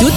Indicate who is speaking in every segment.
Speaker 1: Toute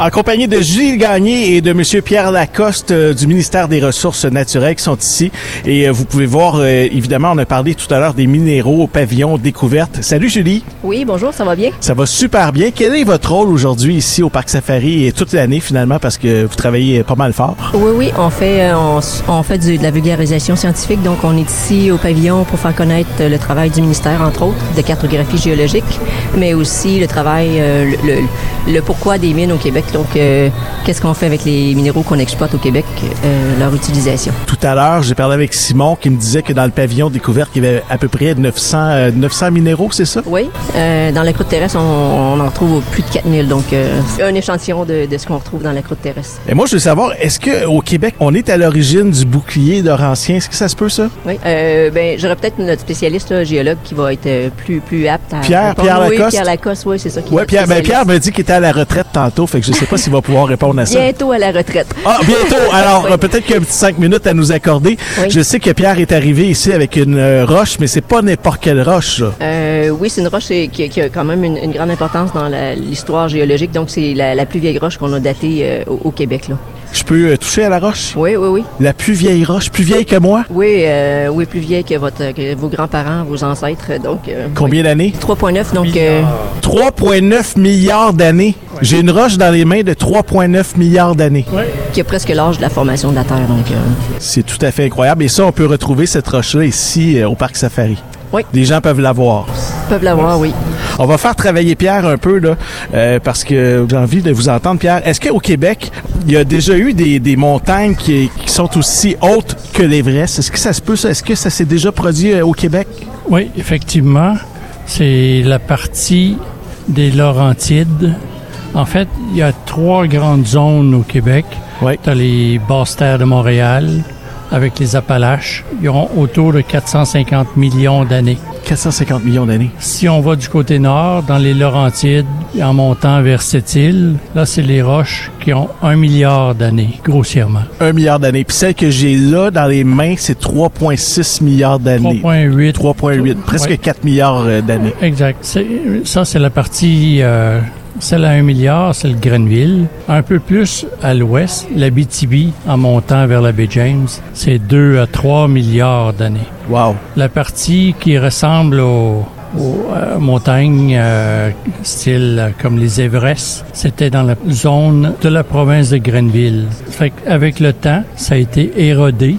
Speaker 2: En compagnie de Gilles Gagné et de Monsieur Pierre Lacoste euh, du ministère des Ressources naturelles qui sont ici. Et euh, vous pouvez voir, euh, évidemment, on a parlé tout à l'heure des minéraux au pavillon découverte. Salut Julie,
Speaker 3: Oui, bonjour, ça va bien?
Speaker 2: ça va super bien. Quel est votre rôle aujourd'hui ici au Parc Safari et toute l'année finalement parce que vous travaillez euh, pas mal fort?
Speaker 3: Oui, oui, on fait, euh, on, s- on fait du- de la vulgarisation scientifique, donc on est ici au pavillon pour faire connaître euh, le travail du ministère, entre autres, de cartographie géologique, mais aussi le travail, euh, le, le- le pourquoi des mines au Québec, donc euh, qu'est-ce qu'on fait avec les minéraux qu'on exploite au Québec, euh, leur utilisation.
Speaker 2: Tout à l'heure, j'ai parlé avec Simon qui me disait que dans le pavillon découverte, il y avait à peu près 900, euh, 900 minéraux, c'est ça?
Speaker 3: Oui, euh, dans la croûte terrestre, on, on en retrouve plus de 4000, donc euh, un échantillon de, de ce qu'on retrouve dans la croûte terrestre.
Speaker 2: Et moi, je veux savoir, est-ce que au Québec, on est à l'origine du bouclier d'Orantien? Est-ce que ça se peut, ça?
Speaker 3: Oui, euh, ben j'aurais peut-être notre spécialiste là, géologue qui va être euh, plus plus apte à
Speaker 2: Pierre-
Speaker 3: répondre.
Speaker 2: Pierre
Speaker 3: oui,
Speaker 2: Lacoste.
Speaker 3: Pierre Lacoste, oui, c'est ça. Qui est
Speaker 2: Ouais,
Speaker 3: notre
Speaker 2: Pierre, ben, Pierre
Speaker 3: spécialiste.
Speaker 2: me dit qu'il était à la retraite tantôt, fait que je sais pas s'il va pouvoir répondre à ça.
Speaker 3: bientôt à la retraite.
Speaker 2: Ah, bientôt! Alors,
Speaker 3: Oui.
Speaker 2: euh, peut-être qu'il y a un petit cinq minutes à nous accorder.
Speaker 3: Oui.
Speaker 2: Je sais que Pierre est arrivé ici avec une euh, roche, mais c'est pas n'importe quelle roche, là.
Speaker 3: Euh, oui, c'est une roche euh, qui, qui a quand même une, une grande importance dans la- l'histoire géologique. Donc c'est la, la plus vieille roche qu'on a datée euh, au, au Québec là.
Speaker 2: Je peux euh, toucher à la roche?
Speaker 3: Oui, oui, oui,
Speaker 2: La plus vieille roche, plus vieille que moi?
Speaker 3: oui, euh, oui, plus vieille que votre que vos grands-parents, vos ancêtres. euh, Donc euh,
Speaker 2: Combien d'années?
Speaker 3: oui. 3.9. Donc euh,
Speaker 2: 3,9 milliards d'années. J'ai une roche dans les mains de 3,9 milliards d'années.
Speaker 3: qui a presque l'âge de la formation de la Terre. Donc euh,
Speaker 2: C'est tout à fait incroyable. Et ça, on peut retrouver cette roche-là ici euh, au Parc Safari.
Speaker 3: Oui.
Speaker 2: Les gens peuvent la voir.
Speaker 3: peuvent l'avoir, oui.
Speaker 2: On va faire travailler Pierre un peu, là, euh, parce que j'ai envie de vous entendre, Pierre. Est-ce qu'au Québec, il y a déjà eu des, des montagnes qui, qui sont aussi hautes que l'Everest? Est-ce que ça se peut, ça? Est-ce que ça s'est déjà produit euh, au Québec?
Speaker 4: Oui, effectivement, c'est la partie des Laurentides. En fait, il y a trois grandes zones au Québec.
Speaker 2: Oui.
Speaker 4: Tu as les basses terres de Montréal avec les Appalaches. Ils ont autour de 450 millions d'années.
Speaker 2: 450 millions d'années.
Speaker 4: Si on va du côté nord, dans les Laurentides, en montant vers cette île, là, c'est les roches qui ont un milliard d'années, grossièrement.
Speaker 2: Un milliard d'années. Puis celle que j'ai là dans les mains, c'est 3,6 milliards d'années.
Speaker 4: 3,8.
Speaker 2: 3,8. Presque
Speaker 4: Ouais.
Speaker 2: 4 milliards euh, d'années.
Speaker 4: Exact. C'est- Ça, c'est la partie, euh, celle à 1 milliard, c'est le Grenville. Un peu plus à l'ouest, la BTB, en montant vers la baie James, c'est 2 à 3 milliards d'années.
Speaker 2: Wow.
Speaker 4: La partie qui ressemble aux, aux, euh, montagnes, euh, style euh, comme les Everest, c'était dans la zone de la province de Grenville. Fait avec le temps, ça a été érodé,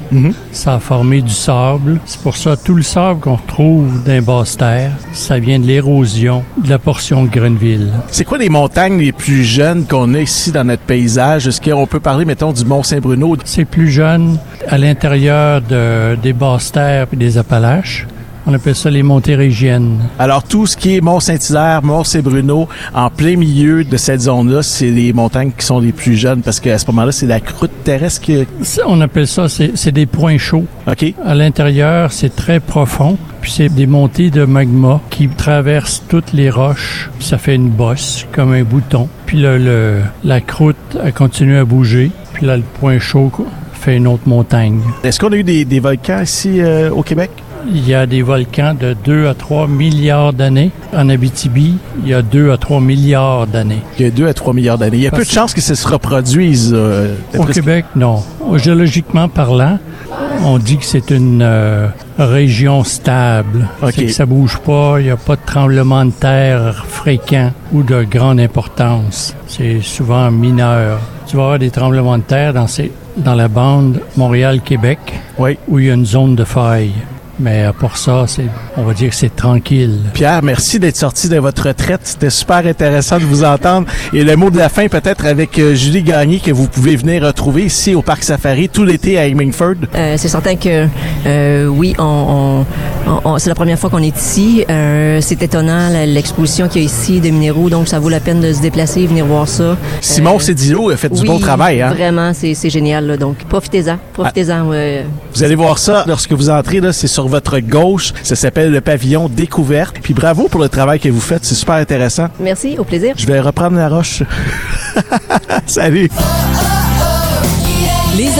Speaker 4: ça a formé du sable. C'est pour ça tout le sable qu'on retrouve dans les basses terres, ça vient de l'érosion de la portion de Grenville.
Speaker 2: C'est quoi les montagnes les plus jeunes qu'on a ici dans notre paysage? Est-ce qu'on peut parler, mettons, du Mont-Saint-Bruno?
Speaker 4: C'est plus jeune à l'intérieur de, des basses terres et des Appalaches. On appelle ça les montées régiennes.
Speaker 2: Alors, tout ce qui est Mont-Saint-Hilaire, Mont-Saint-Bruno, en plein milieu de cette zone-là, c'est les montagnes qui sont les plus jeunes parce qu'à ce moment-là, c'est la croûte terrestre qui...
Speaker 4: Ça, On appelle ça, c'est c'est des points chauds.
Speaker 2: OK?
Speaker 4: À l'intérieur, c'est très profond, puis c'est des montées de magma qui traversent toutes les roches. Ça fait une bosse, comme un bouton. Puis là, le, la croûte elle continue à bouger. Puis là, le point chaud quoi, fait une autre montagne.
Speaker 2: Est-ce qu'on a eu des, des volcans ici euh, au Québec?
Speaker 4: Il y a des volcans de 2 à 3 milliards d'années. En Abitibi, il y a 2 à 3 milliards d'années.
Speaker 2: Il y a 2 à 3 milliards d'années. Il y a peu de
Speaker 4: Parce-
Speaker 2: chances que ça se reproduise. euh,
Speaker 4: Au
Speaker 2: presque-
Speaker 4: Québec, non. Géologiquement parlant, on dit que c'est une euh, région stable.
Speaker 2: Ok.
Speaker 4: C'est que ça bouge pas, il n'y a pas de tremblement de terre fréquent ou de grande importance. C'est souvent mineur. Tu vas avoir des tremblements de terre dans, ces, dans la bande Montréal-Québec
Speaker 2: Oui.
Speaker 4: où il y a une zone de faille. Mais à part ça, c'est, on va dire que c'est tranquille.
Speaker 2: Pierre, merci d'être sorti de votre retraite. C'était super intéressant de vous entendre. Et le mot de la fin, peut-être avec euh, Julie Gagné, que vous pouvez venir retrouver ici au Parc Safari tout l'été à Hemingford.
Speaker 3: Euh, c'est certain que euh, oui, on, on- on- on- c'est la première fois qu'on est ici. Euh, c'est étonnant la- l'exposition qu'il y a ici de minéraux, donc ça vaut la peine de se déplacer et venir voir ça.
Speaker 2: Simon
Speaker 4: Euh,
Speaker 3: c'est
Speaker 2: Cédillo a fait du bon travail. Hein? Ah.
Speaker 3: Vraiment, c'est c'est génial. là. donc profitez-en, profitez-en. ouais.
Speaker 2: Vous allez voir ça lorsque vous entrez, là, c'est sur votre gauche. Ça s'appelle le pavillon découverte. Puis bravo pour le travail que vous faites. C'est super intéressant.
Speaker 3: Merci, au plaisir.
Speaker 2: Je vais reprendre la roche. Salut!
Speaker 3: Les